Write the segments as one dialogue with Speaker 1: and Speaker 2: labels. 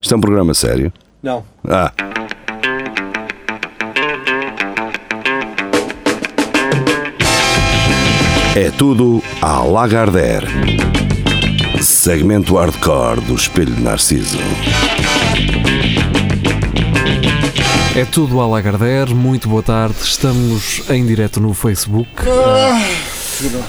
Speaker 1: Isto é um programa sério.
Speaker 2: Não.
Speaker 1: Ah, é tudo a Lagardère. Segmento hardcore do Espelho de Narciso.
Speaker 3: É tudo a Lagardère, muito boa tarde, estamos em direto no Facebook eh,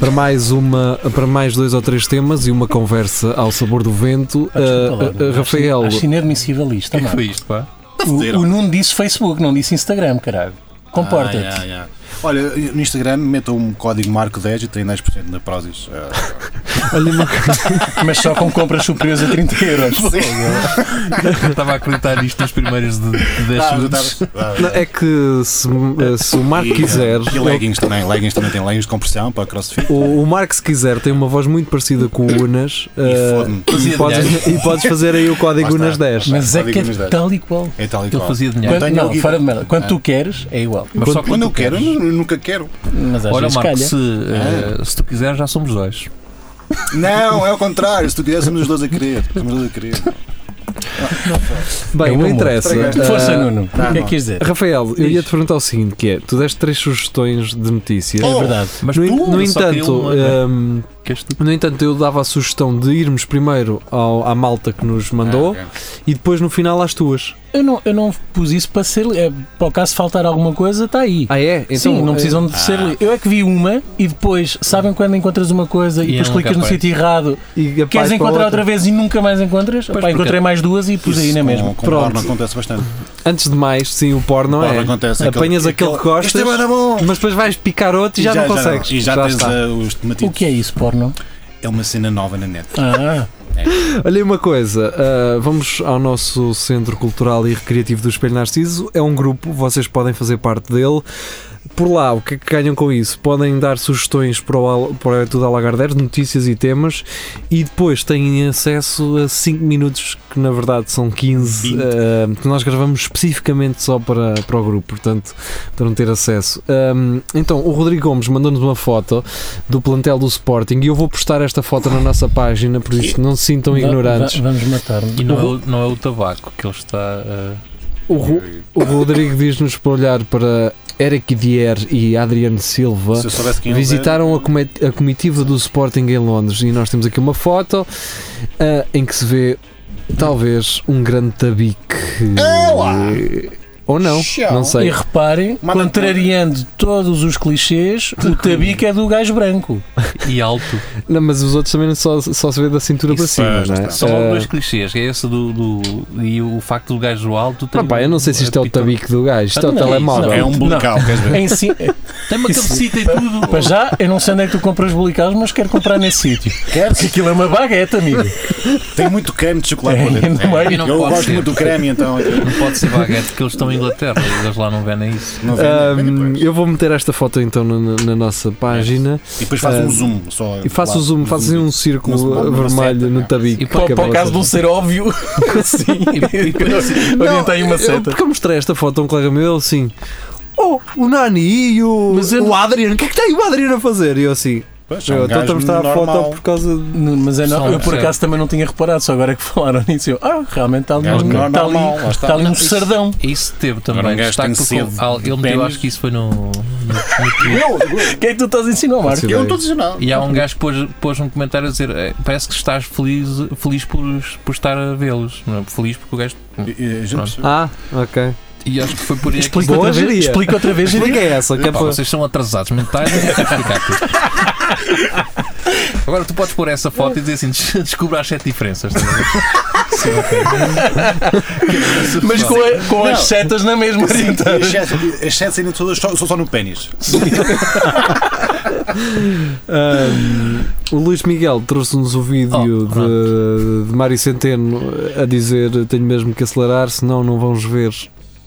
Speaker 3: para mais uma, para mais dois ou três temas e uma conversa ao sabor do vento. Eh, eh, Rafael,
Speaker 4: tá Acho inadmissível isto
Speaker 5: O que é que
Speaker 4: também.
Speaker 5: foi isto, pá?
Speaker 4: O, o Nuno disse Facebook, não disse Instagram, caralho. Comporta-te.
Speaker 5: Ah, yeah, yeah.
Speaker 6: Olha, no Instagram metam um código Marco 10 e tem 10% na Prozis. Ah,
Speaker 3: olha uma coisa.
Speaker 4: Mas só com compras superiores a 30 euros.
Speaker 5: Eu Estava a acreditar nisto nos primeiros de, de 10
Speaker 6: tá,
Speaker 5: segundos.
Speaker 6: tá, tá.
Speaker 3: Não, É que se, eh, se o Marco
Speaker 6: E-
Speaker 3: quiser,
Speaker 6: E leggings também. Leggings também tem leggings de compressão para crossfit.
Speaker 3: o, o Marco se quiser tem uma voz muito parecida com o Unas eh,
Speaker 6: fode-me.
Speaker 3: e, podes, e podes fazer aí o código
Speaker 6: Lá está.
Speaker 3: Unas 10.
Speaker 4: Mas é
Speaker 6: Código
Speaker 4: que
Speaker 6: nos
Speaker 4: é
Speaker 6: dez.
Speaker 4: tal e qual.
Speaker 6: É tal e
Speaker 5: Ele
Speaker 6: qual.
Speaker 5: fazia dinheiro.
Speaker 4: Quando,
Speaker 6: tenho
Speaker 4: não,
Speaker 6: aqui-
Speaker 4: fora de merda. Quando
Speaker 6: Ah.
Speaker 4: tu queres, é igual.
Speaker 5: Mas só
Speaker 6: Eu
Speaker 5: quando
Speaker 6: não
Speaker 5: tu queres.
Speaker 6: quero, eu nunca quero.
Speaker 4: Mas às
Speaker 5: Olha,
Speaker 4: vezes
Speaker 5: Marco,
Speaker 4: calha.
Speaker 5: se, eh, se tu quiseres, já somos dois.
Speaker 6: Não, é o contrário. Se tu quiseres, somos os dois a querer. Somos os dois a querer.
Speaker 3: Bem,
Speaker 4: É
Speaker 3: não
Speaker 4: humor.
Speaker 3: interessa.
Speaker 4: Força,
Speaker 3: Eh,
Speaker 5: Ah,
Speaker 4: Nuno. O que é
Speaker 5: tá
Speaker 6: não.
Speaker 4: que quis dizer?
Speaker 3: Rafael, eu ia te perguntar o seguinte: que é, tu deste três sugestões de notícias.
Speaker 6: Oh,
Speaker 4: É verdade.
Speaker 5: Mas
Speaker 3: no,
Speaker 5: tu,
Speaker 3: en- no
Speaker 5: eu só queria
Speaker 3: entanto,
Speaker 5: uma, é?
Speaker 3: hum,
Speaker 5: que és tu.
Speaker 3: no entanto, eu dava a sugestão de irmos primeiro ao- à malta que nos mandou e depois no final às tuas.
Speaker 4: Eu não, eu não pus isso para ser. É, para o caso faltar alguma coisa, está aí.
Speaker 3: Ah, é? Então,
Speaker 4: Sim, não precisam
Speaker 5: ah.
Speaker 4: de ser. Eu é que vi uma e depois, sabem quando encontras uma coisa e,
Speaker 5: E é
Speaker 4: depois
Speaker 5: um
Speaker 4: clicas no
Speaker 5: capaz.
Speaker 4: sítio errado,
Speaker 3: E
Speaker 4: queres encontrar outra vez e nunca mais encontras? Pá,
Speaker 5: porque-
Speaker 4: encontrei mais duas e pus aí na mesma.
Speaker 6: Com, com
Speaker 3: é Pronto.
Speaker 6: porno acontece bastante.
Speaker 3: Antes de mais, sim, o porno
Speaker 6: Porno
Speaker 3: é.
Speaker 6: acontece.
Speaker 3: Apanhas aquele, que gostas,
Speaker 6: Este é bué da bom.
Speaker 3: mas depois vais picar outro e já, não consegues.
Speaker 6: E já, tens
Speaker 3: está.
Speaker 6: ah, os
Speaker 4: O
Speaker 6: tomatitos.
Speaker 4: que é isso, porno?
Speaker 6: É uma cena nova na net.
Speaker 4: Ah,
Speaker 3: Olha uma coisa, ah, vamos ao nosso Centro Cultural e Recreativo do Espelho Narciso. É um grupo, vocês podem fazer parte dele. Por lá, o que é que ganham com isso? Podem dar sugestões para o, Al- para o Tudo Alagardeiro, notícias e temas, e depois têm acesso a 5 minutos, que na verdade são 15,
Speaker 6: Vinte.
Speaker 3: ah, que nós gravamos especificamente só para, para o grupo, portanto, para não ter acesso. Ahm, então, o Rodrigo Gomes mandou-nos uma foto do plantel do Sporting, e eu vou postar esta foto na nossa página, por isso não se sintam
Speaker 4: va-
Speaker 3: ignorantes.
Speaker 4: va- vamos matar-me.
Speaker 5: E não é, o, não é o tabaco que ele está. eh,
Speaker 3: O, Ru- o Rodrigo diz-nos para olhar para Eric Dier e Adriano Silva.
Speaker 6: Se eu soubesse quem é eles
Speaker 3: Visitaram a, come- a comitiva do Sporting em Londres e nós temos aqui uma foto ah, em que se vê talvez um grande tabique. Ou não, não
Speaker 4: E
Speaker 3: sei.
Speaker 4: reparem,
Speaker 6: Manda-
Speaker 4: contrariando todos os clichês, o tabique é do gajo branco.
Speaker 5: e alto.
Speaker 3: Não, mas os outros também só, só se vê da cintura
Speaker 6: Isso,
Speaker 3: para cima,
Speaker 6: é,
Speaker 3: não é?
Speaker 6: está.
Speaker 5: São logo dois
Speaker 3: Ah,
Speaker 5: clichês. É esse do, do- E o facto do gajo alto. tem
Speaker 3: não, pá, eu não sei se isto é o
Speaker 5: pitor-
Speaker 3: tabique do gajo, isto é o
Speaker 4: Não,
Speaker 3: telemóvel.
Speaker 4: isso
Speaker 6: É um bulical, queres ver?
Speaker 4: Em si, eh,
Speaker 5: Tem uma cabecita e tudo.
Speaker 4: para já, eu não sei onde é que tu compras bulicais, mas quero comprar nesse sítio.
Speaker 6: Queres?
Speaker 4: Que aquilo é uma baguete, amigo.
Speaker 6: Tem muito creme de chocolate por
Speaker 4: É,
Speaker 6: dentro.
Speaker 4: não é?
Speaker 6: É.
Speaker 5: E não
Speaker 6: Eu
Speaker 5: pode
Speaker 6: gosto
Speaker 5: ser.
Speaker 6: muito do creme, então.
Speaker 5: Não pode ser baguete porque eles estão em Inglaterra. Eles lá não vendem isso.
Speaker 6: Não
Speaker 3: Ah,
Speaker 6: vem, vem depois.
Speaker 3: eu vou meter esta foto então na- na- na nossa página.
Speaker 6: E depois faz
Speaker 3: ah,
Speaker 6: um zoom. Só
Speaker 3: E faço o zoom, faço assim um
Speaker 6: Não se
Speaker 3: círculo
Speaker 6: pode, não
Speaker 3: vermelho
Speaker 6: seta,
Speaker 3: no
Speaker 6: não.
Speaker 3: tabique.
Speaker 5: E para-
Speaker 3: que é
Speaker 5: para o
Speaker 3: vocês.
Speaker 4: Caso de um ser óbvio, assim,
Speaker 3: tá
Speaker 4: orientei uma
Speaker 3: eu,
Speaker 4: seta.
Speaker 3: porque eu mostrei esta foto a um colega meu, ele assim. Oh, o Nani e o,
Speaker 4: Mas eu
Speaker 3: o Adriano, o que é que tem o Adriano a fazer? E eu assim,
Speaker 6: Pois, é um
Speaker 3: eu estou a
Speaker 6: gajo
Speaker 3: mostrar a foto
Speaker 6: normal.
Speaker 3: por causa de.
Speaker 4: Não, Mas é
Speaker 5: Só
Speaker 4: não, eu
Speaker 5: um
Speaker 4: por
Speaker 5: ser.
Speaker 4: acaso também não tinha reparado, só agora é que falaram nisso. eu, Ah, realmente está ali,
Speaker 6: É
Speaker 4: um- está ali,
Speaker 6: normal, lá está.
Speaker 4: está ali um
Speaker 6: Não, isso-
Speaker 4: sardão.
Speaker 5: Isso teve
Speaker 6: Agora
Speaker 5: também
Speaker 6: um gajo
Speaker 5: destaque
Speaker 6: tem
Speaker 5: porque
Speaker 6: sede
Speaker 5: há- ele
Speaker 6: de
Speaker 5: meteu,
Speaker 6: pênis.
Speaker 5: acho que isso foi no. no- no Twitter.
Speaker 6: Eu,
Speaker 4: O que é que tu estás a ensinar, Marco?
Speaker 6: eu não estou a dizer nada.
Speaker 5: E há um gajo que pôs, pôs um comentário a dizer: eh, parece que estás feliz, feliz por, os- por estar a vê-los. não é? Feliz porque o gajo.
Speaker 6: E- e a gente-
Speaker 5: Pronto.
Speaker 3: Ah, ok.
Speaker 5: E acho que foi por aí que
Speaker 4: Explica
Speaker 3: Boa
Speaker 4: outra, vez,
Speaker 3: geria.
Speaker 4: explica outra vez.
Speaker 3: Diga é essa, que é
Speaker 5: Pá,
Speaker 3: para-
Speaker 5: vocês são atrasados mentais, eu não sei explicar tudo. Agora tu podes pôr essa foto e dizer assim: "Des- descubra as sete diferenças. tá estás a ver? Sim, ok.
Speaker 4: Mas com, a- com as
Speaker 6: Não.
Speaker 4: setas na mesma
Speaker 6: Sim,
Speaker 4: então.
Speaker 6: as setas- As setas ainda todas só, só, só no pênis.
Speaker 3: Ahm, o Luís Miguel trouxe-nos o
Speaker 5: Oh,
Speaker 3: vídeo de, de Mário Centeno a dizer: tenho mesmo que acelerar, senão não vamos ver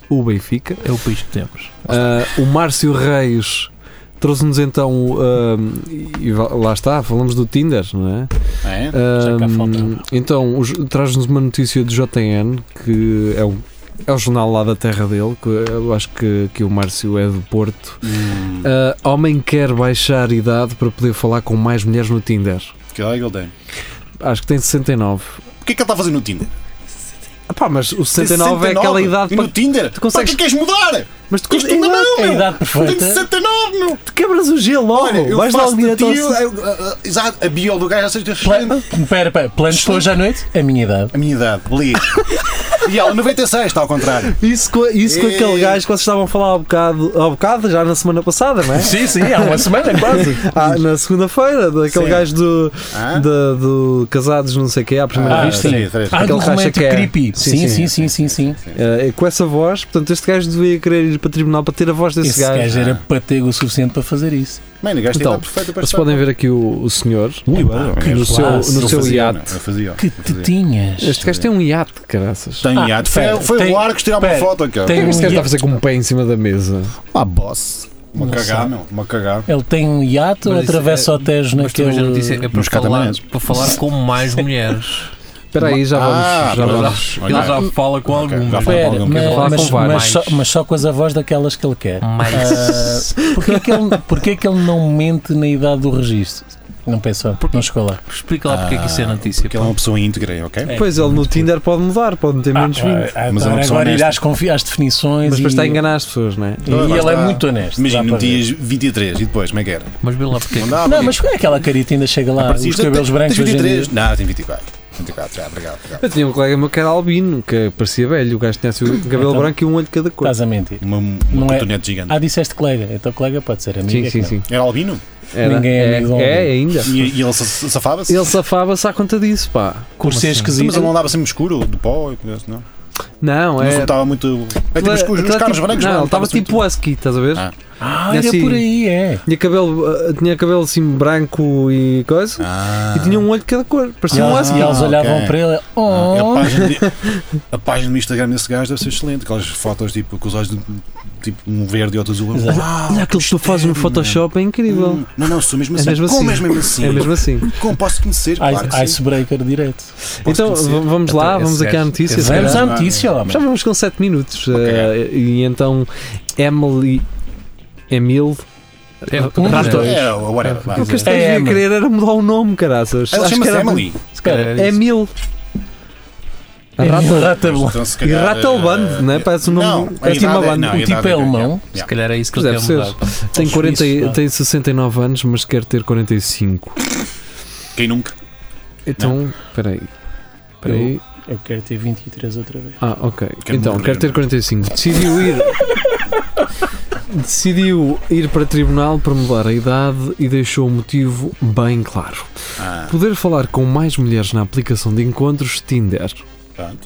Speaker 3: o Benfica.
Speaker 5: É o país que temos.
Speaker 3: Ah, o Márcio Reis trouxe-nos então, ahm, e va- lá está, falamos do Tinder, não é?
Speaker 6: É?
Speaker 4: Já cá
Speaker 3: Ahm,
Speaker 4: faltava.
Speaker 3: então, os- traz-nos uma notícia do JN, que é o, é o jornal lá da terra dele, que eu acho que, que o Márcio é do Porto.
Speaker 6: Hum,
Speaker 3: Ah, homem quer baixar a idade para poder falar com mais mulheres no Tinder.
Speaker 6: que idade é que ele tem?
Speaker 3: Acho que tem 69.
Speaker 6: O que é que ele está a fazer no Tinder?
Speaker 3: Ah, Pá, mas o 69, é aquela idade
Speaker 6: E
Speaker 3: para
Speaker 6: no Tinder?
Speaker 3: Tu consegues-
Speaker 6: Para que queres mudar?
Speaker 3: Mas tu
Speaker 6: Tens
Speaker 3: consegues- Exato,
Speaker 6: tu
Speaker 4: é
Speaker 6: não,
Speaker 4: a
Speaker 6: meu.
Speaker 4: idade
Speaker 6: Tenho
Speaker 4: perfeita.
Speaker 6: 69, meu.
Speaker 3: Tu quebras o gelo logo.
Speaker 6: Olha, eu
Speaker 3: Oh, Vais
Speaker 6: faço
Speaker 3: logo
Speaker 6: de é-
Speaker 3: direto ao.
Speaker 6: ti, eu- eu- eu- Exato, a bio do gajo já seja excelente.
Speaker 4: Pla- Pera, pera, planos para hoje à noite? A minha idade.
Speaker 6: A minha idade, li. E ela, 96, está ao contrário.
Speaker 3: Isso com, isso com
Speaker 6: Ei.
Speaker 3: aquele gajo que vocês estavam a falar há bocado, há bocado já na semana passada, não é?
Speaker 4: Sim, sim, há uma semana quase.
Speaker 3: Ah, na segunda-feira, daquele
Speaker 6: Sim.
Speaker 3: gajo do,
Speaker 6: Ah?
Speaker 3: da- do Casados, não sei o que é, à primeira
Speaker 6: Ah,
Speaker 3: vista.
Speaker 6: sim, sim.
Speaker 4: Ah,
Speaker 3: Aquele
Speaker 4: do
Speaker 3: que acha
Speaker 4: momento
Speaker 3: que é-
Speaker 4: creepy.
Speaker 3: Sim,
Speaker 4: Sim,
Speaker 3: sim,
Speaker 4: sim, sim, sim, sim.
Speaker 3: Eh, com essa voz, portanto, este gajo devia querer ir para tribunal para ter a voz desse
Speaker 4: Esse
Speaker 3: gajo. é.
Speaker 4: gajo era patego o suficiente para fazer isso.
Speaker 6: Mano, o gajo tem
Speaker 3: Então,
Speaker 6: a idade perfeita para
Speaker 3: Vocês
Speaker 6: estar.
Speaker 3: podem ver aqui o, o senhor Ah,
Speaker 6: Ui,
Speaker 3: que no
Speaker 6: eu assim.
Speaker 3: seu,
Speaker 4: classe,
Speaker 3: no
Speaker 6: eu
Speaker 3: seu
Speaker 6: fazia, não,
Speaker 3: iate.
Speaker 6: Eu fazia.
Speaker 4: Que
Speaker 6: Eu fazia.
Speaker 4: te tinhas.
Speaker 3: Este gajo tem um iate, caraças.
Speaker 6: Tem
Speaker 4: Ah,
Speaker 6: iate.
Speaker 4: pera,
Speaker 6: Foi, foi
Speaker 4: tem-
Speaker 6: o Arcos tirar uma
Speaker 4: pera,
Speaker 6: foto aqui. ó.
Speaker 4: tem-
Speaker 3: O que é que este gajo
Speaker 4: um
Speaker 3: está a fazer com um pé em cima da mesa?
Speaker 6: Ah, boss. Uma
Speaker 4: Não
Speaker 6: cagada,
Speaker 4: sei.
Speaker 6: meu. Uma cagada.
Speaker 4: Ele tem um iate ou
Speaker 5: Mas isso
Speaker 4: atravessa
Speaker 5: é-
Speaker 4: o Tejo
Speaker 5: Mas tu vês a notícia
Speaker 4: naquele.
Speaker 5: é para
Speaker 6: Nos
Speaker 5: falar,
Speaker 6: catamarãs.
Speaker 5: para falar com mais mulheres.
Speaker 3: Espera aí, já vamos.
Speaker 6: Ah,
Speaker 3: já
Speaker 5: Ele
Speaker 3: vamos.
Speaker 5: já, ele já fala com
Speaker 6: Ok,
Speaker 5: algumas.
Speaker 6: já fala.
Speaker 4: Pera,
Speaker 6: Não, não,
Speaker 4: mas-
Speaker 3: quero falar
Speaker 4: mas-
Speaker 3: com vários.
Speaker 4: mas só- mas só com as avós daquelas que ele quer.
Speaker 5: Mais.
Speaker 4: Porquê é, que ele, porquê é que ele não mente na idade do registro? Não pensou,
Speaker 5: Porque-
Speaker 4: não chegou lá.
Speaker 5: Explica lá porque é que isso é notícia.
Speaker 6: Porque ele é uma pessoa íntegra, ok?
Speaker 3: Pois ele no Tinder pode mudar, pode meter menos 20.
Speaker 6: mas é uma pessoa
Speaker 4: Ah, então agora ir
Speaker 6: honesta.
Speaker 4: às, confi- às definições
Speaker 3: Mas
Speaker 4: e,
Speaker 3: depois está a enganar as pessoas, não é?
Speaker 4: e
Speaker 6: Lá
Speaker 4: ele é
Speaker 6: está.
Speaker 4: muito honesto.
Speaker 6: Imagina,
Speaker 4: dá para
Speaker 6: no
Speaker 4: ver.
Speaker 6: dia 23 e depois, como é que era?
Speaker 5: Mas vê lá porque é que.
Speaker 6: dá,
Speaker 4: Não,
Speaker 6: porque-
Speaker 4: mas como é que aquela carita ainda chega lá,
Speaker 6: Aparecia,
Speaker 4: Ah, os cabelos
Speaker 6: "Tens-
Speaker 4: brancos.
Speaker 6: Tens
Speaker 4: hoje em
Speaker 6: 23?
Speaker 4: dia.
Speaker 6: Não, tem 24. 24, já, obrigado. obrigado.
Speaker 3: Eu tinha um colega meu que era albino, que parecia velho, o gajo tinha assim o cabelo
Speaker 4: Então-
Speaker 3: branco e um olho de cada cor.
Speaker 6: é?
Speaker 4: Estás a mentir.
Speaker 6: Uma, uma
Speaker 4: Não é-
Speaker 6: cotonete gigante.
Speaker 4: Ah, disseste colega. Então colega pode ser amigo.
Speaker 3: Sim,
Speaker 4: é
Speaker 3: sim,
Speaker 4: que
Speaker 3: sim.
Speaker 6: Era albino?
Speaker 3: Era-
Speaker 4: Ninguém é amigo de
Speaker 3: é,
Speaker 4: albino.
Speaker 3: ainda.
Speaker 6: E, e ele sa- safava-se?
Speaker 3: Ele safava-se à conta disso, pá.
Speaker 4: não. Por ser
Speaker 6: Sim, mas
Speaker 4: esquisito.
Speaker 6: ele não andava sempre escuro, de pó e tudo isso, não?
Speaker 3: Não,
Speaker 6: Não
Speaker 3: é.
Speaker 6: juntava muito. É tipo os, os
Speaker 3: aquela
Speaker 6: carros
Speaker 3: tipo- Não,
Speaker 6: brancos,
Speaker 3: ele estava
Speaker 6: Juntava-se
Speaker 3: tipo
Speaker 6: muito-
Speaker 3: husky, estás a ver?
Speaker 6: Ah.
Speaker 4: Ah, era
Speaker 3: assim-
Speaker 4: por aí, é.
Speaker 3: Tinha cabelo, ah, tinha cabelo assim branco e coisa.
Speaker 6: Ah.
Speaker 3: E tinha um olho de cada cor.
Speaker 4: E
Speaker 3: Parecia um
Speaker 4: eles,
Speaker 3: husky.
Speaker 4: e eles
Speaker 6: Ah,
Speaker 4: olhavam
Speaker 6: ok.
Speaker 4: para ele.
Speaker 6: Ah,
Speaker 4: Oh,
Speaker 6: A página, de- a página no Instagram desse gajo deve ser excelente. Aquelas fotos tipo, com os olhos de, tipo um verde e outro azul.
Speaker 4: Exato.
Speaker 6: Uau,
Speaker 3: Olha, aquilo que tu fazes no
Speaker 6: mistério,
Speaker 3: Photoshop é
Speaker 6: mano.
Speaker 3: incrível.
Speaker 6: ah. Hum, Não, não, sou mesmo
Speaker 3: É
Speaker 6: assim.
Speaker 3: mesmo assim.
Speaker 6: Como és mesmo assim?
Speaker 3: É mesmo assim.
Speaker 6: Como posso conhecer? Claro que
Speaker 4: ice-
Speaker 6: sim.
Speaker 4: Icebreaker direto.
Speaker 6: Posso
Speaker 3: Então
Speaker 6: conhecer.
Speaker 3: v- vamos lá,
Speaker 5: Então, esse
Speaker 3: vamos aqui à
Speaker 5: gajo-
Speaker 3: notícia.
Speaker 5: esse
Speaker 3: se calhar.
Speaker 4: Vamos à
Speaker 6: calhar- é.
Speaker 4: notícia, homem.
Speaker 3: Já vamos com 7 minutos. eh, e então, Emily. Emil.
Speaker 5: É,
Speaker 3: Rato.
Speaker 5: é,
Speaker 6: É, whatever. vá.
Speaker 3: O que as pessoas
Speaker 4: É
Speaker 3: iam
Speaker 4: Emily.
Speaker 3: querer era mudar o nome, caraças.
Speaker 6: Ela
Speaker 3: Acho
Speaker 6: chama-se
Speaker 3: que era-
Speaker 6: Emily.
Speaker 5: se calhar era isso.
Speaker 3: Emil.
Speaker 4: É
Speaker 3: Rata-
Speaker 4: rata blanca.
Speaker 6: Então, se
Speaker 3: E
Speaker 6: calhar,
Speaker 3: Ratalband,
Speaker 6: eh,
Speaker 3: não é? Parece um
Speaker 6: Não,
Speaker 3: nome.
Speaker 6: a
Speaker 3: Parece uma
Speaker 6: idade é-
Speaker 3: banda.
Speaker 6: não, a
Speaker 4: O tipo
Speaker 6: idade
Speaker 4: é
Speaker 6: é-
Speaker 4: alemão.
Speaker 6: yeah,
Speaker 5: Se calhar era isso que ele
Speaker 3: Deve
Speaker 5: quer
Speaker 3: ser.
Speaker 5: mudar.
Speaker 3: Tem, 40, e-
Speaker 4: Isso, pá.
Speaker 3: tem 69 anos, mas quer ter 45.
Speaker 6: yeah. é- Quem nunca?
Speaker 3: Então, peraí. Peraí.
Speaker 4: Eu quero ter 23 outra vez.
Speaker 3: Ah, ok.
Speaker 6: Quero
Speaker 3: então,
Speaker 6: morrer.
Speaker 3: quer ter 45. Decidiu ir. Decidiu ir para tribunal para mudar a idade e deixou o motivo bem claro.
Speaker 6: Ah,
Speaker 3: Poder falar com mais mulheres na aplicação de encontros Tinder.
Speaker 6: pronto.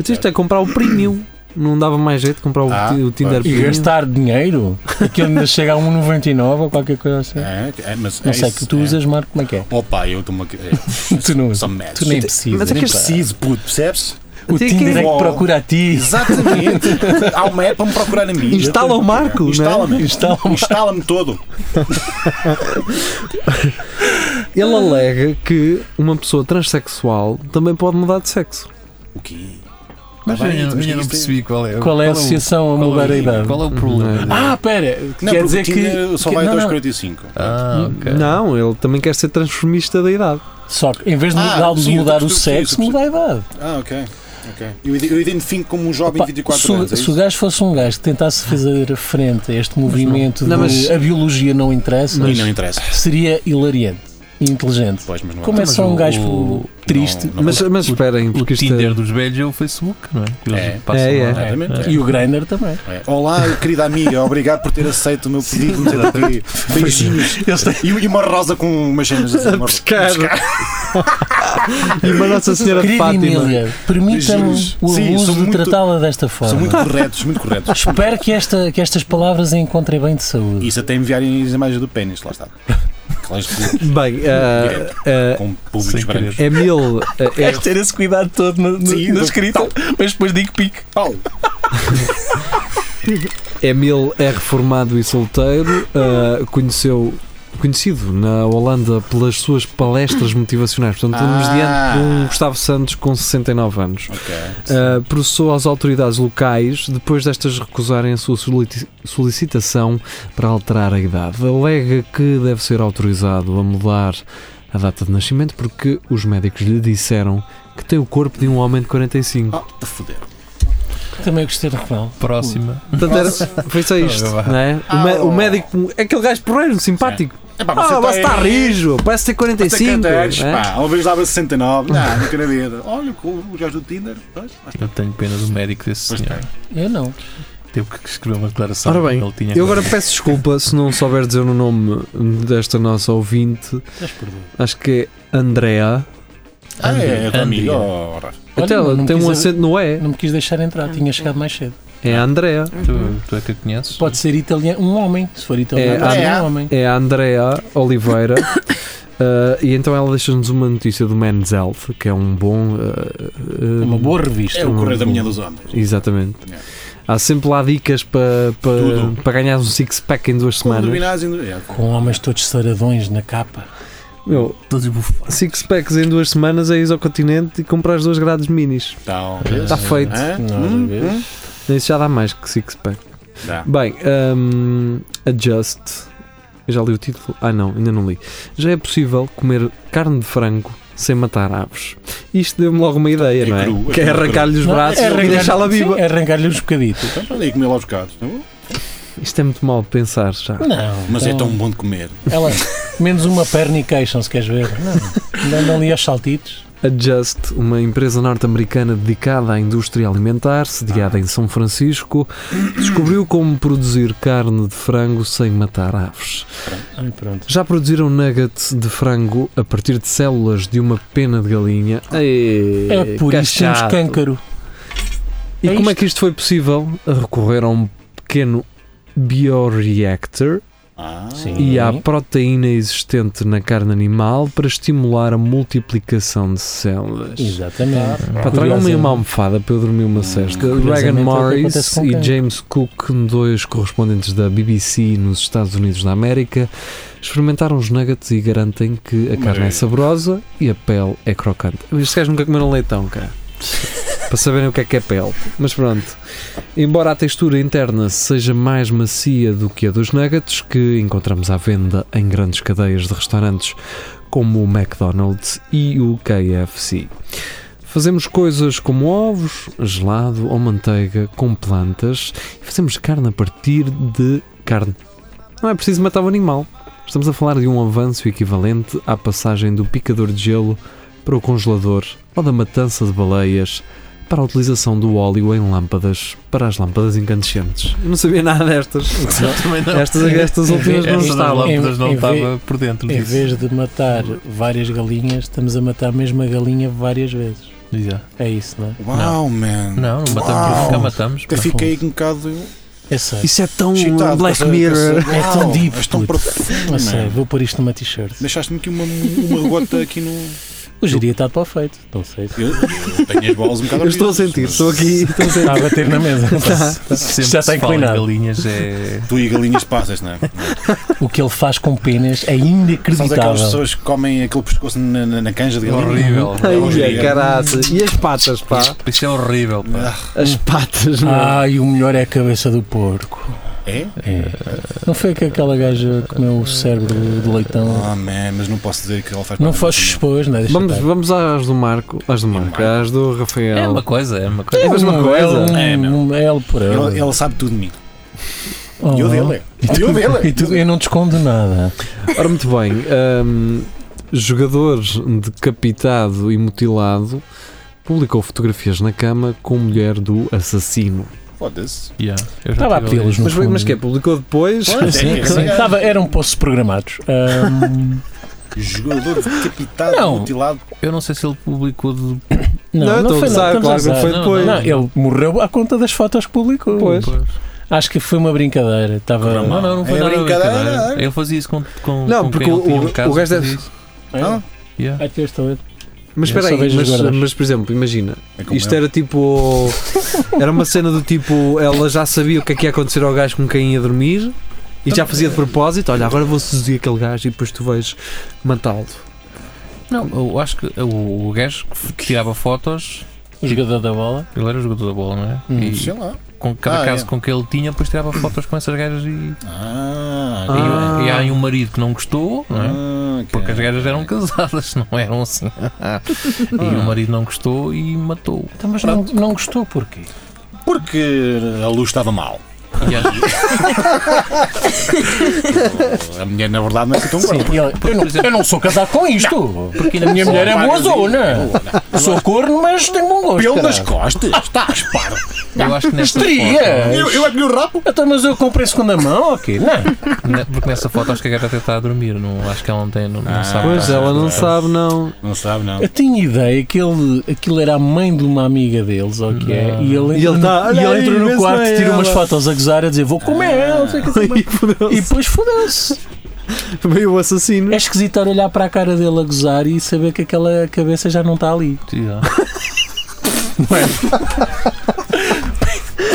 Speaker 3: Então isto é comprar o premium. Não dava mais jeito de comprar o,
Speaker 6: Ah,
Speaker 3: ti- o Tinder
Speaker 6: pois.
Speaker 4: E
Speaker 3: premium.
Speaker 4: gastar dinheiro? Aquilo ainda chega a 1,99 ou qualquer coisa assim.
Speaker 6: É, é, mas
Speaker 4: Não
Speaker 6: é
Speaker 4: sei
Speaker 6: isso,
Speaker 4: que tu
Speaker 6: é.
Speaker 4: usas, Marco, como é que é?
Speaker 6: Opa, eu estou-me a.
Speaker 4: Tu não usas.
Speaker 6: Só me metes.
Speaker 4: Tu nem precisas.
Speaker 3: Mas é que
Speaker 6: Nem
Speaker 3: este-
Speaker 6: preciso, puto, percebes?
Speaker 4: O
Speaker 3: Até
Speaker 4: Tinder
Speaker 3: que-
Speaker 4: é que procura a ti.
Speaker 6: Exatamente. Há uma app para me procurar a mim.
Speaker 3: Instala o Marco, não é?
Speaker 6: Instala-me.
Speaker 4: Instala o
Speaker 6: Instala-me todo.
Speaker 3: Ele alega que uma pessoa transexual também pode mudar de sexo.
Speaker 6: O quê?
Speaker 5: Mas eu
Speaker 6: Tá bem,
Speaker 5: ainda-
Speaker 6: mas
Speaker 5: ainda não
Speaker 6: isto é-
Speaker 5: percebi qual é.
Speaker 4: Qual é a
Speaker 5: o-
Speaker 4: associação a
Speaker 5: qual é o-
Speaker 4: mudar a idade?
Speaker 5: Qual é o problema?
Speaker 4: Ah, pera.
Speaker 6: Não,
Speaker 4: quer
Speaker 6: porque
Speaker 4: dizer
Speaker 6: o Tinder
Speaker 4: que.
Speaker 6: só
Speaker 4: que-
Speaker 6: vai
Speaker 4: não,
Speaker 6: até aos
Speaker 4: não.
Speaker 6: 45.
Speaker 5: Ah, ok.
Speaker 3: Não, ele também quer ser transformista da idade.
Speaker 4: Só que em vez de
Speaker 6: Ah,
Speaker 4: mudar, de
Speaker 6: sim, eu
Speaker 4: mudar o
Speaker 6: percebi, eu
Speaker 4: sexo,
Speaker 6: percebi.
Speaker 4: muda a idade.
Speaker 6: Ah, ok. ok. Eu ide- eu identifico como um jovem
Speaker 4: Pá,
Speaker 6: de 24
Speaker 4: se, o-
Speaker 6: anos. é
Speaker 4: se
Speaker 6: isso? Ah.
Speaker 4: o gajo fosse um gajo que tentasse fazer frente a este movimento
Speaker 3: Não,
Speaker 4: de
Speaker 3: mas-
Speaker 4: a biologia não interessa,
Speaker 6: E não interessa.
Speaker 4: seria hilariante e inteligente.
Speaker 6: Pois, mas não
Speaker 4: Como é
Speaker 5: mas
Speaker 4: só um
Speaker 5: o-
Speaker 4: gajo triste
Speaker 6: não-
Speaker 3: Mas, mas
Speaker 5: o-
Speaker 3: esperem,
Speaker 5: O
Speaker 3: porque isto
Speaker 5: Tinder
Speaker 3: é,
Speaker 5: dos velhos é o Facebook, não é? Que eles
Speaker 6: É.
Speaker 5: passam
Speaker 3: É,
Speaker 5: lá.
Speaker 3: é.
Speaker 6: Exatamente.
Speaker 4: e o Grindr também.
Speaker 6: É. Olá, querida amiga, obrigado por ter aceito o meu pedido de meter aqui. Beijinhos. E, e uma rosa com umas cenas. assim, uma-
Speaker 3: pescar. e uma Nossa Senhora de
Speaker 4: Querida
Speaker 3: Fátima.
Speaker 4: Emília, permita-me
Speaker 6: Beijinhos.
Speaker 4: o
Speaker 6: Sim,
Speaker 4: abuso
Speaker 6: são
Speaker 4: de
Speaker 6: muito-
Speaker 4: tratá-la desta forma.
Speaker 6: São muito corretos, muito corretos.
Speaker 4: Espero que, esta, que estas palavras a encontrem bem de saúde.
Speaker 6: Isso até enviarem as imagens do pênis, lá está. Aquelas de-
Speaker 3: Bem, ah, ah,
Speaker 6: com
Speaker 5: Sem
Speaker 6: públicos brancos.
Speaker 3: Emil. ah, é-
Speaker 4: ter esse cuidado todo na,
Speaker 6: Sim, na
Speaker 4: escrita, mas depois digo pique.
Speaker 6: Pau.
Speaker 3: Emil é reformado e solteiro, ah, conheceu. Conhecido na Holanda pelas suas palestras motivacionais. Portanto, estamos
Speaker 6: Ah.
Speaker 3: diante de um Gustavo Santos com 69 anos.
Speaker 6: Ok.
Speaker 3: Uh, processou às autoridades locais depois destas recusarem a sua solici- solicitação para alterar a idade. Alega que deve ser autorizado a mudar a data de nascimento porque os médicos lhe disseram que tem o corpo de um homem de 45.
Speaker 6: Ah, de foder.
Speaker 4: Também o Cristiano Ronaldo.
Speaker 5: Próxima.
Speaker 3: Portanto, era, foi só isto,
Speaker 5: Ah,
Speaker 3: não é? O, mé- o médico, é aquele gajo porreiro, simpático.
Speaker 6: Epá,
Speaker 3: Ah, você está
Speaker 6: tá aí-
Speaker 3: rijo, parece ter
Speaker 6: Tem
Speaker 3: 45.
Speaker 6: 50 anos,
Speaker 3: não é?
Speaker 6: pá. Uma vez dava 69. Não, não quero ver. Olha, com o gajo do Tinder. Pois, lá está.
Speaker 5: Eu tenho pena do médico desse
Speaker 6: Pois
Speaker 5: senhor.
Speaker 4: Eu não.
Speaker 5: Teve que escrever uma declaração.
Speaker 3: Ora bem,
Speaker 5: ele tinha
Speaker 3: Eu agora peço desculpa se não souber dizer o nome desta nossa ouvinte. Acho que é Andrea.
Speaker 6: Ah, é, é
Speaker 5: Andrea.
Speaker 6: do amigo. Ora.
Speaker 4: Olha,
Speaker 3: Até
Speaker 4: não-
Speaker 3: ela
Speaker 4: não
Speaker 3: tem um
Speaker 4: quis-
Speaker 3: acento, não é?
Speaker 4: Não me quis deixar entrar, tinha chegado mais cedo.
Speaker 3: É a Andrea.
Speaker 5: Tu, tu é que a conheces?
Speaker 4: Pode ser italiano, um homem. Se for italiano,
Speaker 3: É,
Speaker 4: é,
Speaker 6: ah,
Speaker 4: um homem.
Speaker 3: É a Andrea Oliveira. Uh, e então ela deixa-nos uma notícia do Men's Health, que é um bom. uh, uh,
Speaker 4: Uma boa É. revista.
Speaker 6: É o correio da manhã dos homens.
Speaker 3: Exatamente.
Speaker 6: Yeah.
Speaker 3: Há sempre lá dicas para
Speaker 6: Tudo.
Speaker 3: pa, pa ganhar um six-pack em duas
Speaker 6: Com
Speaker 3: semanas.
Speaker 6: dominados e- é,
Speaker 4: Com homens todos saradões na capa.
Speaker 3: Meu,
Speaker 5: Todos bufados.
Speaker 3: six-packs em duas semanas é ir ao continente e comprar as duas grades minis.
Speaker 6: Então,
Speaker 3: Está feito.
Speaker 6: Hã?
Speaker 4: Não, é
Speaker 6: Hum,
Speaker 4: vês?
Speaker 6: hum?
Speaker 3: Isso já dá mais que six-pack.
Speaker 6: Dá.
Speaker 3: Bem, hum, Adjust. Eu já li o título? Ah, não, ainda não li. Já é possível comer carne de frango sem matar aves. Isto deu-me logo uma ideia,
Speaker 6: É
Speaker 3: não é?
Speaker 6: cru, é
Speaker 3: que é
Speaker 6: cru, é
Speaker 3: arrancar-lhe os
Speaker 4: Não,
Speaker 3: braços
Speaker 4: é
Speaker 3: e
Speaker 4: arrancar-lhe-
Speaker 3: deixá-la viva.
Speaker 4: sim, é arrancar-lhe os bocaditos.
Speaker 6: Então, olha aí, comer lá os bocados.
Speaker 3: Isto é muito mal de pensar já.
Speaker 4: Não.
Speaker 6: Mas é
Speaker 3: Tá.
Speaker 4: então,
Speaker 6: tão bom de comer.
Speaker 4: Ela, menos uma perna e queixam, se queres ver. Não. Andam ali aos saltitos.
Speaker 3: Adjust, uma empresa norte-americana dedicada à indústria alimentar, sediada em São Francisco, descobriu como produzir carne de frango sem matar aves.
Speaker 4: Ai, pronto.
Speaker 3: Já produziram nuggets de frango a partir de células de uma pena de galinha. Ei,
Speaker 4: É por
Speaker 3: que
Speaker 4: isso que temos
Speaker 3: chato.
Speaker 4: câncara.
Speaker 3: E
Speaker 4: É
Speaker 3: como é que isto foi possível? A recorrer a um pequeno bioreactor
Speaker 6: Ah,
Speaker 4: Sim.
Speaker 3: e à
Speaker 4: Uhum.
Speaker 3: proteína existente na carne animal para estimular a multiplicação de células.
Speaker 4: Exatamente.
Speaker 3: Pá, Tragam-me uma almofada para eu dormir uma cesta. Regan
Speaker 4: Curiosamente, é o que
Speaker 3: Morris
Speaker 4: acontece com
Speaker 3: e
Speaker 4: quem?
Speaker 3: James Cook, dois correspondentes da BBC nos Estados Unidos da América, experimentaram os nuggets e garantem que a carne é
Speaker 6: Maravilha.
Speaker 3: saborosa e a pele é crocante. Estes gajos nunca comeram leitão, cara. para saberem o que é que é pele. Mas pronto. Embora a textura interna seja mais macia do que a dos nuggets, que encontramos à venda em grandes cadeias de restaurantes como o McDonald's e o KFC. Fazemos coisas como ovos, gelado ou manteiga com plantas e fazemos carne a partir de carne. Não é preciso matar o animal. Estamos a falar de um avanço equivalente à passagem do picador de gelo para o congelador ou da matança de baleias para a utilização do óleo em lâmpadas para as lâmpadas incandescentes. Eu não sabia nada destas.
Speaker 5: Também não.
Speaker 3: Estas, é estas últimas não
Speaker 5: Esta das
Speaker 3: estavam.
Speaker 5: lâmpadas não
Speaker 4: Em- em
Speaker 5: estava por dentro
Speaker 4: Em
Speaker 5: disso.
Speaker 4: vez de matar várias galinhas, estamos a matar a mesma galinha várias vezes.
Speaker 5: Já.
Speaker 4: É isso, não é?
Speaker 6: Uau, man.
Speaker 5: Não, não matamos,
Speaker 6: Uau.
Speaker 5: nunca matamos.
Speaker 6: Até
Speaker 5: pá.
Speaker 6: fiquei
Speaker 3: Tá
Speaker 6: um bocado
Speaker 4: Eu sei.
Speaker 3: Isso é tão
Speaker 6: excitado.
Speaker 3: Black
Speaker 6: com essa-
Speaker 3: Mirror.
Speaker 6: com essa-
Speaker 4: É tão
Speaker 6: Uau,
Speaker 4: deep,
Speaker 6: és tão
Speaker 4: puto.
Speaker 6: profundo,
Speaker 4: Eu sei,
Speaker 6: man.
Speaker 4: vou pôr isto numa t-shirt.
Speaker 6: Deixaste-me aqui uma, uma gota aqui no.
Speaker 4: O geria está para o feito. Não sei.
Speaker 6: Eu, eu tenho as bolas um bocado
Speaker 3: Eu estou a sentir, estou aqui. Estou a sentir.
Speaker 4: Está a bater na mesa.
Speaker 5: Sempre
Speaker 4: Já
Speaker 5: que se
Speaker 4: está
Speaker 5: fala em
Speaker 4: inclinado.
Speaker 5: galinhas é.
Speaker 6: Tu e galinhas passas, não é?
Speaker 4: O que ele faz com penas é
Speaker 6: Sabes aquelas
Speaker 4: inacreditável.
Speaker 6: pessoas que comem aquele pescoço na, na, na canja de galinha?
Speaker 5: horrível.
Speaker 3: Ai,
Speaker 6: horrível.
Speaker 3: caraças. E as patas, pá?
Speaker 5: Isso é horrível. Pá.
Speaker 6: Ah,
Speaker 3: As patas, não é?
Speaker 4: Ai, o melhor é a cabeça do porco.
Speaker 6: É?
Speaker 4: É. Não foi que aquela gaja comeu o cérebro de leitão?
Speaker 6: Ah, man, mas não posso dizer que ela faz
Speaker 4: Não
Speaker 6: parte
Speaker 4: faz
Speaker 6: da minha-
Speaker 4: expôs, não é? Deixa
Speaker 3: Vamos,
Speaker 4: estar.
Speaker 3: vamos às do Marco, às do Marco, às do
Speaker 5: É
Speaker 3: Rafael.
Speaker 5: uma coisa, é uma coisa.
Speaker 3: É a mesma
Speaker 4: um-
Speaker 3: coisa.
Speaker 4: um-
Speaker 6: É, meu.
Speaker 4: um- é ele por
Speaker 6: Ela,
Speaker 4: ele.
Speaker 6: ela sabe tudo de mim.
Speaker 4: Oh.
Speaker 6: E eu dele. é. E eu
Speaker 4: E tu-
Speaker 6: dele.
Speaker 4: eu não te escondo nada.
Speaker 3: Ora, muito bem. hum, jogador decapitado e mutilado publicou fotografias na cama com mulher do assassino.
Speaker 6: Foda-se.
Speaker 5: Yeah, eu já
Speaker 4: Estava a
Speaker 5: tive ali.
Speaker 4: pedi-los no
Speaker 3: Mas,
Speaker 4: fundo.
Speaker 3: mas que é? Publicou depois?
Speaker 6: Pois,
Speaker 4: Sim,
Speaker 6: é, é,
Speaker 4: sim.
Speaker 6: é.
Speaker 4: Estava- eram postos programados. Ahm,
Speaker 6: Jogador decapitado,
Speaker 4: Não.
Speaker 6: mutilado.
Speaker 5: Eu não sei se ele publicou de.
Speaker 4: não,
Speaker 3: Não,
Speaker 4: não,
Speaker 3: estou a
Speaker 4: foi
Speaker 3: gozar,
Speaker 4: nada.
Speaker 3: claro que não foi
Speaker 5: Não,
Speaker 3: depois.
Speaker 4: Não, ele morreu à conta das fotos que publicou.
Speaker 3: Pois.
Speaker 4: Acho que foi uma brincadeira. Estava.
Speaker 5: Não, não, não foi
Speaker 6: É
Speaker 5: nada
Speaker 6: brincadeira, é.
Speaker 5: Ele fazia isso com. com
Speaker 3: Não,
Speaker 5: com
Speaker 3: porque
Speaker 5: quem
Speaker 3: o-
Speaker 5: ele tinha
Speaker 3: o-
Speaker 5: em casa,
Speaker 3: o gajo
Speaker 5: fazia
Speaker 3: deve-
Speaker 5: isso.
Speaker 4: É,
Speaker 6: Não?
Speaker 5: Yeah.
Speaker 4: Ai, tu és tão-
Speaker 3: Mas
Speaker 4: Eu só
Speaker 3: espera aí,
Speaker 4: vejo
Speaker 3: mas,
Speaker 4: os guardas.
Speaker 3: mas por exemplo, imagina,
Speaker 6: É como
Speaker 3: isto
Speaker 6: eu.
Speaker 3: era tipo. Era uma cena do tipo, ela já sabia o que é que ia acontecer ao gajo com quem ia dormir e já fazia de propósito. Olha, agora vou seduzir aquele gajo e depois tu vais matá-lo.
Speaker 5: Não, eu acho que o, o gajo que tirava fotos.
Speaker 4: O jogador da bola.
Speaker 5: Ele era jogador da bola, não é?
Speaker 4: Hum,
Speaker 5: e
Speaker 6: Sei lá.
Speaker 5: com cada
Speaker 6: Ah,
Speaker 5: caso
Speaker 6: é.
Speaker 5: com que ele tinha, depois tirava fotos com essas gajas e.
Speaker 6: Ah,
Speaker 5: E-
Speaker 3: Ah.
Speaker 5: E, há aí um marido que não gostou, não é?
Speaker 6: não, que
Speaker 5: Porque
Speaker 6: é-
Speaker 5: as gajas eram casadas, não eram assim. e o marido não gostou e matou.
Speaker 4: Então, mas não, não gostou porquê?
Speaker 6: Porque a luz estava mal.
Speaker 5: E às-
Speaker 6: A mulher, na verdade, não é assim tão boa.
Speaker 4: E ele, eu, não, eu não sou casado com isto. Porque a minha mulher é boa zona. Sou corno, mas tenho bom gosto.
Speaker 6: Pelo nas
Speaker 4: caralho.
Speaker 6: costas. Estás parvo.
Speaker 5: eu acho que nessa
Speaker 4: Estria!
Speaker 6: Eu, eu é que lhe o rapo.
Speaker 4: Então, mas eu comprei segunda mão, ok? Não.
Speaker 5: foto, ne- porque nessa foto acho que a gaja até está a dormir, não, acho que ela não tem, não, não sabe.
Speaker 3: Pois,
Speaker 5: nada.
Speaker 3: ela não sabe, não.
Speaker 6: Não sabe, não.
Speaker 4: Eu tinha ideia que ele, aquilo era a mãe de uma amiga deles, ok? E ele entra,
Speaker 3: E ele tá,
Speaker 4: no-
Speaker 3: olha
Speaker 4: e ele entra
Speaker 3: aí, vê
Speaker 4: no
Speaker 3: se
Speaker 4: quarto,
Speaker 3: não é
Speaker 4: tira umas
Speaker 3: ela. Ah.
Speaker 4: fotos a gozar, a dizer vou comer, não sei o que sei mais.
Speaker 3: E fodeu-se.
Speaker 4: E depois fodeu-se.
Speaker 3: Meio o assassino.
Speaker 4: É esquisito estar a olhar para a cara dele a gozar e saber que aquela cabeça já não está ali.
Speaker 5: Sim, ó.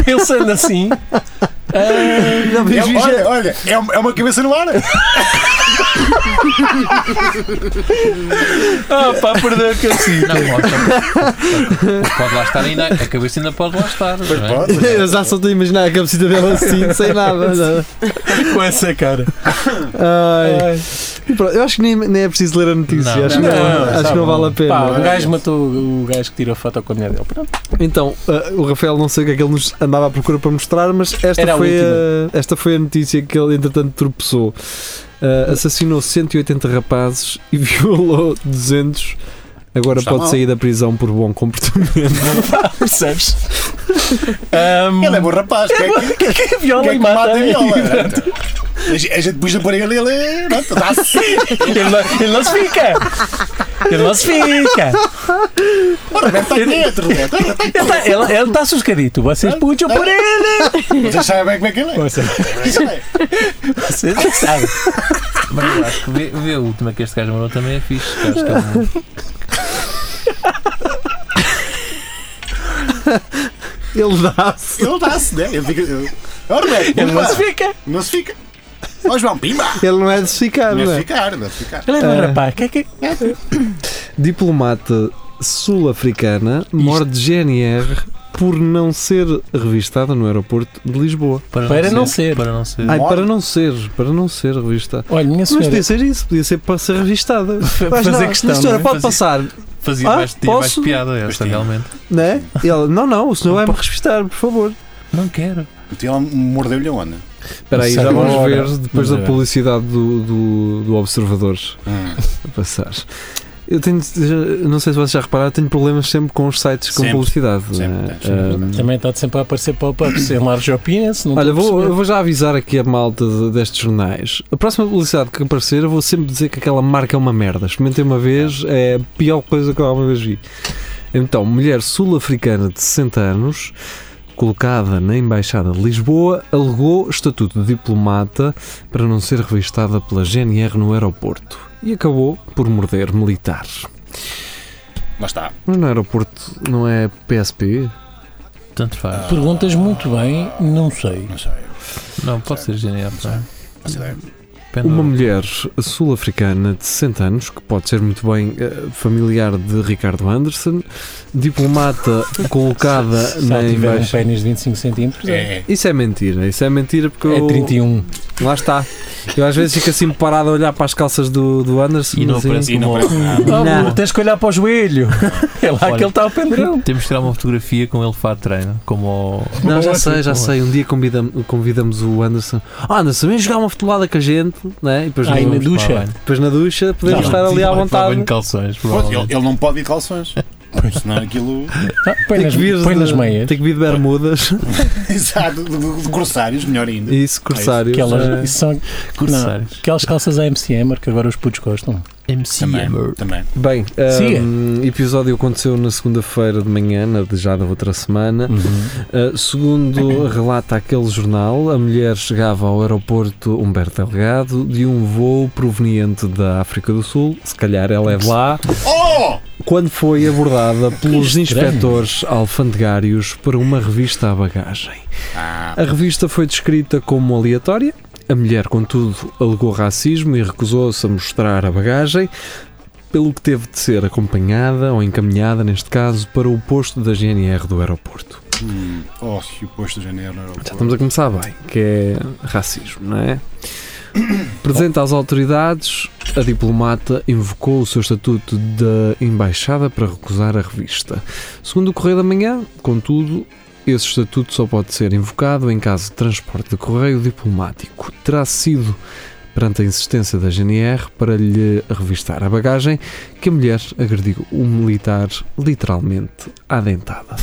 Speaker 4: Pensando assim, ah,
Speaker 3: Já
Speaker 6: É,
Speaker 3: vês, vês,
Speaker 6: olha, olha, é uma, é uma cabeça no ar.
Speaker 4: ah pá, perdeu a cabeça.
Speaker 5: Não, pode, pode lá estar ainda, a cabeça ainda pode lá estar. não é?
Speaker 6: Pode.
Speaker 3: Eu já só estou a imaginar a cabecita dela assim, sem nada. nada.
Speaker 4: Com essa cara.
Speaker 3: Ai.
Speaker 4: Ai.
Speaker 3: E pronto, eu acho que nem, nem é preciso ler a notícia.
Speaker 5: Não,
Speaker 3: acho que
Speaker 4: não,
Speaker 3: não,
Speaker 4: não,
Speaker 3: acho
Speaker 6: tá
Speaker 3: que não
Speaker 6: bom.
Speaker 3: vale a pena.
Speaker 4: Pá, o gajo matou o gajo que tirou a foto com a mulher dele. Pronto.
Speaker 3: Então, uh, o Rafael não sei o que é que ele nos andava à procura para mostrar, mas
Speaker 4: Era
Speaker 3: esta,
Speaker 4: a
Speaker 3: foi a, esta foi a notícia que ele entretanto tropeçou. Uh, assassinou 180 rapazes e violou 200. Agora
Speaker 6: Está
Speaker 3: pode
Speaker 6: mal.
Speaker 3: sair da prisão por bom comportamento.
Speaker 4: Percebes? Ahm,
Speaker 6: Ele é bom rapaz. que é que-
Speaker 4: que viola
Speaker 6: que é
Speaker 4: e
Speaker 6: que
Speaker 4: mata,
Speaker 6: mata a viola?
Speaker 4: e-
Speaker 6: A gente- A gente puxa por ele, ele não, está assim.
Speaker 4: Ele não, ele não se fica! Ele não se fica!
Speaker 6: O Roberto está dentro, né? Roberto. Roberto está
Speaker 4: Ele está ele, ele tá soscadito, vocês puxam por ele!
Speaker 6: dentro. Vocês sabem bem como é que ele é.
Speaker 4: Vocês,
Speaker 6: Ele é.
Speaker 4: vocês não sabem.
Speaker 5: Mas eu acho que vê, vê a última que este gajo mandou também é um fixe. Acho que ele-
Speaker 3: ele dá-se.
Speaker 6: Ele dá-se, né? Ele fica. ele- Ó, Roberto,
Speaker 4: Ele não
Speaker 6: opa,
Speaker 4: se fica!
Speaker 6: não se fica. Ó, João, pimba.
Speaker 3: Ele não é de se ficar,
Speaker 6: Não
Speaker 3: não é?
Speaker 6: se ficar, não se ficar.
Speaker 4: Ele é bom
Speaker 3: Ah.
Speaker 4: rapaz, que é que.
Speaker 3: Diplomata sul-africana morde GNR por não ser revistada no aeroporto de Lisboa.
Speaker 4: Para não ser.
Speaker 5: Para não ser.
Speaker 3: Ai,
Speaker 6: Morde?
Speaker 3: para não ser, para não ser revistada.
Speaker 4: Olha, minha
Speaker 3: Mas
Speaker 4: senhora.
Speaker 3: podia ser isso, podia ser para ser revistada. Mas
Speaker 4: fazer
Speaker 3: não,
Speaker 4: questão,
Speaker 3: a
Speaker 4: não
Speaker 3: senhora
Speaker 4: é?
Speaker 3: pode passar,
Speaker 5: Fazia
Speaker 3: Ah,
Speaker 5: mais, tinha mais
Speaker 3: posso?
Speaker 5: piada essa, realmente.
Speaker 3: né? E ela, não, não, o senhor vai-me revistar, por favor.
Speaker 5: Não quero.
Speaker 6: Então Ele mordeu-lhe a onda.
Speaker 3: Espera aí, já vamos é ver depois da publicidade do, do, do Observador a passar. Eu tenho, já- não sei se vocês já repararam, eu tenho problemas sempre com os sites com
Speaker 6: Sempre,
Speaker 3: publicidade.
Speaker 6: sempre,
Speaker 3: né?
Speaker 6: tens, sempre.
Speaker 3: Ah,
Speaker 4: é? Também está sempre a aparecer pop-ups É em large opinions. Não
Speaker 3: Olha,
Speaker 4: estou a
Speaker 3: vou, eu
Speaker 4: perceber.
Speaker 3: vou já avisar aqui a malta de- destes jornais. A próxima publicidade que aparecer, eu vou sempre dizer que aquela marca é uma merda. Experimentei uma vez, é a pior coisa que eu alguma vez vi. Então, mulher sul-africana de 60 anos, colocada na Embaixada de Lisboa, alegou estatuto de diplomata para não ser revistada pela GNR no aeroporto e acabou por morder militar.
Speaker 6: Lá está.
Speaker 3: Mas no aeroporto não é PSP?
Speaker 5: Tanto faz.
Speaker 4: Perguntas muito bem, não sei.
Speaker 6: Não sei.
Speaker 5: Não, é? pode ser genial.
Speaker 6: Não sei.
Speaker 5: Depende
Speaker 3: Uma
Speaker 5: do-
Speaker 3: mulher sul-africana de 60 anos, que pode ser muito bem eh, familiar de Ricardo Anderson, diplomata colocada
Speaker 4: Se
Speaker 3: na
Speaker 4: ela tiver um
Speaker 3: embaixada.
Speaker 4: pênis de 25 centímetros, é,
Speaker 6: É.
Speaker 3: Isso é mentira, isso é mentira porque
Speaker 4: é
Speaker 3: eu.
Speaker 4: 31.
Speaker 3: Lá está. Eu às vezes fico assim parado a olhar para as calças do, do Anderson
Speaker 5: E não
Speaker 3: assim,
Speaker 5: aparece
Speaker 6: E não
Speaker 5: como-
Speaker 6: parece nada.
Speaker 4: Ah,
Speaker 3: Não.
Speaker 4: Bruno, tens que olhar para o joelho. É lá
Speaker 5: Olha.
Speaker 4: que ele está ao pendurão.
Speaker 5: Temos que tirar uma fotografia com ele farto de treino. Como ao.
Speaker 3: Não, já sei, já sei. Um dia convidamos, convidamos o Anderson. Ah, Anderson, vem jogar uma futebolada com a gente, né? E depois,
Speaker 4: Ai,
Speaker 3: no-
Speaker 4: na ducha.
Speaker 3: depois na ducha podemos
Speaker 4: Não,
Speaker 3: estar ali à vontade.
Speaker 5: Em tipo, calções,
Speaker 6: Pois,
Speaker 5: provavelmente.
Speaker 6: Ele ele não pode ir de calções. Senão aquilo.
Speaker 4: Ah, Põe
Speaker 3: Tem
Speaker 4: nas,
Speaker 3: que vir
Speaker 4: põe
Speaker 3: de-
Speaker 4: nas meias.
Speaker 3: Tem que vir de bermudas.
Speaker 6: Exato, de- de de corsários, melhor ainda.
Speaker 3: Isso, corsário.
Speaker 4: Aquelas, isso são
Speaker 5: Corsários.
Speaker 4: aquelas calças à MC Hammer que agora os putos gostam.
Speaker 5: MC
Speaker 6: Também.
Speaker 5: Hammer.
Speaker 6: Também.
Speaker 3: Bem,
Speaker 4: Siga.
Speaker 3: o episódio aconteceu na segunda-feira de manhã, na- de já da outra semana. Uh, segundo relata aquele jornal, a mulher chegava ao aeroporto Humberto Delgado de um voo proveniente da África do Sul, se calhar ela é de lá,
Speaker 6: Oh!
Speaker 3: quando foi abordada pelos
Speaker 4: estranho.
Speaker 3: inspectores alfandegários para uma revista à bagagem.
Speaker 6: Ah,
Speaker 3: A revista foi descrita como aleatória. A mulher, contudo, alegou racismo e recusou-se a mostrar a bagagem, pelo que teve de ser acompanhada ou encaminhada, neste caso, para o posto da GNR do aeroporto.
Speaker 6: hum. Oh, se o posto de janeiro era o
Speaker 3: Já estamos a começar bem, que é racismo, não é? Presente às autoridades, a diplomata invocou o seu estatuto de embaixada para recusar a revista. Segundo o Correio da Manhã, contudo, esse estatuto só pode ser invocado em caso de transporte de correio diplomático. Terá sido perante a insistência da GNR para lhe revistar a bagagem que a mulher agrediu o militar literalmente à dentada.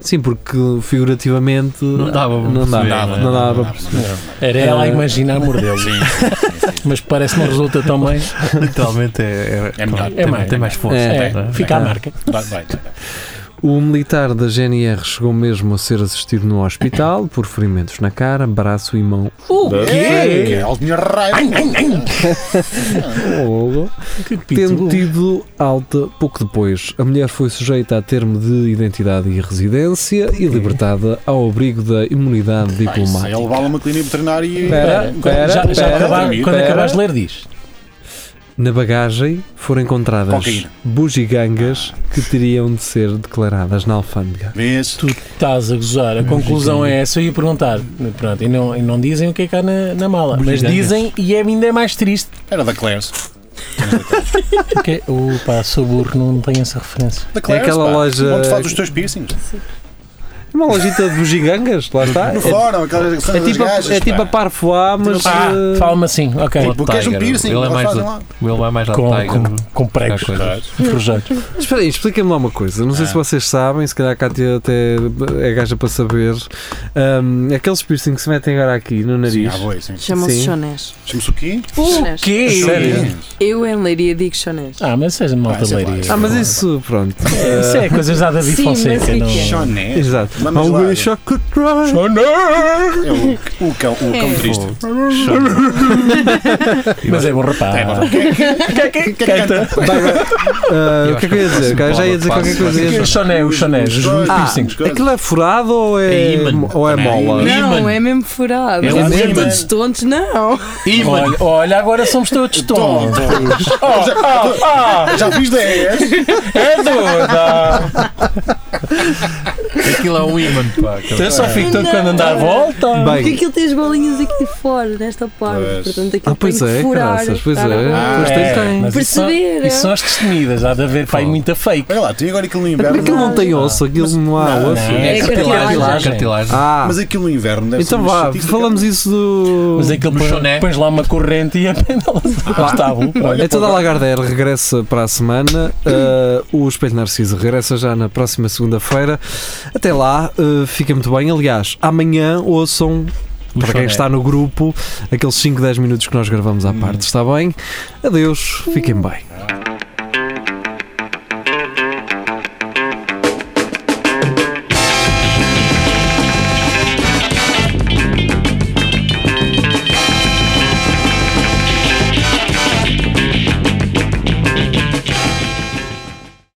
Speaker 3: Sim, porque figurativamente
Speaker 5: Não dava para
Speaker 3: não dava,
Speaker 5: perceber,
Speaker 3: não dava,
Speaker 5: não é?
Speaker 3: para perceber.
Speaker 4: Era ela a imaginar mordê-lo. Mas parece que não resulta tão bem.
Speaker 5: Literalmente é,
Speaker 2: É melhor.
Speaker 5: tem,
Speaker 4: É mais.
Speaker 5: tem mais força.
Speaker 4: É,
Speaker 5: não é?
Speaker 4: fica à marca.
Speaker 2: Vai, vai, vai.
Speaker 3: O militar da GNR chegou mesmo a ser assistido no hospital por ferimentos na cara, braço e mão.
Speaker 4: O
Speaker 6: Que
Speaker 4: quê?
Speaker 6: é algo minha raiva.
Speaker 3: Oh,
Speaker 4: Que
Speaker 3: tendo
Speaker 4: pitbull.
Speaker 3: tido alta pouco depois. A mulher foi sujeita a termo de identidade e residência e libertada ao abrigo da imunidade
Speaker 6: Ah, isso,
Speaker 3: diplomática.
Speaker 6: Ele levá-la a uma clínica veterinária e.
Speaker 3: Pera, pera,
Speaker 4: já, já
Speaker 3: pera,
Speaker 4: acabar-
Speaker 6: pera.
Speaker 4: quando acabares de ler, diz.
Speaker 3: Na bagagem foram encontradas
Speaker 6: Cocaína. Ah.
Speaker 3: bugigangas que teriam de ser declaradas na alfândega.
Speaker 6: Vês?
Speaker 4: Tu estás a gozar. A conclusão é essa. Eu ia perguntar. Pronto, e não, e não dizem o que é que há na, na mala. Mas
Speaker 5: Bugigangas.
Speaker 4: dizem, e é ainda é mais triste.
Speaker 6: Era da Claire's.
Speaker 4: Porque, opa, sou burro, não tenho essa referência.
Speaker 6: Da Claire's.
Speaker 3: É aquela
Speaker 6: pá,
Speaker 3: loja-
Speaker 6: Onde faz os teus piercings?
Speaker 3: Uma lojita de bugigangas, lá está.
Speaker 6: No
Speaker 3: É,
Speaker 6: fórum, aquelas que são
Speaker 3: é
Speaker 6: das
Speaker 3: tipo, a-
Speaker 6: gajas,
Speaker 3: é tipo a
Speaker 6: pá.
Speaker 3: Parfois, mas.
Speaker 4: Ah,
Speaker 3: eh,
Speaker 4: fala-me assim, ok.
Speaker 6: Tipo, queres um
Speaker 5: Tiger.
Speaker 6: piercing?
Speaker 5: Ele é
Speaker 6: Eles
Speaker 5: mais
Speaker 6: fazem
Speaker 5: do-
Speaker 6: lá.
Speaker 5: Ele vai mais lá
Speaker 4: Com,
Speaker 5: Tiger.
Speaker 4: com, com pregos,
Speaker 5: Qualquer coisa.
Speaker 4: forjados.
Speaker 3: Mas espera aí, explica-me lá uma coisa. Não sei se vocês sabem, se calhar a Cátia até é gaja para saber. Ahm, aqueles piercing que se metem agora aqui no
Speaker 6: Sim,
Speaker 3: nariz.
Speaker 6: ah, boi, sim.
Speaker 3: Sim.
Speaker 7: Chamam-se chonés.
Speaker 6: Chamamos o quê?
Speaker 7: Chonés.
Speaker 3: É
Speaker 4: quê?
Speaker 7: Eu em Leiria digo chonés.
Speaker 4: Ah, mas seja malta
Speaker 6: Ah, isso é
Speaker 4: leiria.
Speaker 6: baixo.
Speaker 3: ah, mas isso, pronto.
Speaker 4: É, Isso é coisas da David
Speaker 7: Sim, mas
Speaker 4: Fonseca,
Speaker 7: o
Speaker 4: não.
Speaker 7: que é?
Speaker 6: Choné.
Speaker 3: Exato. um
Speaker 6: Vamos lá.
Speaker 3: gonna chocolate drive.
Speaker 6: É o, o cão, o cão
Speaker 7: É.
Speaker 6: triste.
Speaker 4: Mas é bom rapaz.
Speaker 6: É, mas quem- quem- quem- quem canta?
Speaker 3: Ah,
Speaker 5: Eu
Speaker 3: o que é
Speaker 5: acho
Speaker 3: que eu ia
Speaker 5: que
Speaker 3: dizer?
Speaker 5: é
Speaker 3: cara? Já ia dizer
Speaker 5: fácil,
Speaker 3: qualquer coisa.
Speaker 4: é
Speaker 3: ia
Speaker 5: fácil.
Speaker 4: Os Ah,
Speaker 3: dizer.
Speaker 4: choné, os chonés, os
Speaker 6: Os
Speaker 4: piercings.
Speaker 6: coisas.
Speaker 3: Aquilo é furado ou é.
Speaker 5: É ímã.
Speaker 3: ou é mola?
Speaker 5: É
Speaker 7: Não,
Speaker 5: Ímã.
Speaker 7: é mesmo furado.
Speaker 5: É
Speaker 7: Quer
Speaker 5: um
Speaker 7: dizer,
Speaker 6: ímã.
Speaker 7: todos tontos, não.
Speaker 4: Olha, olha, agora somos todos
Speaker 6: Tom,
Speaker 4: tontos.
Speaker 6: Tom. Ah,
Speaker 4: Oh, oh, oh,
Speaker 6: Já fiz 10.
Speaker 4: é doida!
Speaker 5: Aquilo é um imã, pá. aquilo-
Speaker 6: Então
Speaker 5: é
Speaker 4: Eu só fico tonto
Speaker 7: Não.
Speaker 4: quando ando à volta.
Speaker 3: Bem.
Speaker 7: Porque aquilo tem as bolinhas aqui de fora, nesta parte.
Speaker 6: Pois.
Speaker 7: Portanto, aquilo
Speaker 3: Ah, pois
Speaker 7: tem
Speaker 3: é,
Speaker 7: que furar.
Speaker 3: graças. Pois
Speaker 7: está
Speaker 3: é.
Speaker 7: bom.
Speaker 3: Pois tem,
Speaker 4: é,
Speaker 3: tem.
Speaker 4: mas isso são-
Speaker 7: Perceber,
Speaker 4: Isso são as destemidas, há de haver para aí muita fake.
Speaker 6: Olha lá, tem agora aquilo no inverno.
Speaker 3: Aquilo é não um tem osso, aquilo não há
Speaker 6: é? Não,
Speaker 3: osso.
Speaker 4: não.
Speaker 5: É
Speaker 7: É
Speaker 5: cartilagem.
Speaker 4: cartilagem.
Speaker 5: cartilagem.
Speaker 3: Ah,
Speaker 6: Mas é- aquilo no inverno deve ser
Speaker 3: então
Speaker 6: uma
Speaker 3: vá,
Speaker 6: estatística.
Speaker 3: falamos isso do.
Speaker 4: Mas é aquilo
Speaker 5: No choné.
Speaker 4: põe- pões lá uma corrente e apenas lá está
Speaker 3: É toda a Lagardère regressa para a semana. uh, o Espelho Narciso regressa já na próxima segunda-feira. Até lá, uh, fica muito bem. Aliás, amanhã ouçam. Para quem
Speaker 5: Choné.
Speaker 3: está no grupo, aqueles 5, 10 minutos que nós gravamos à parte, está bem? Adeus, fiquem bem.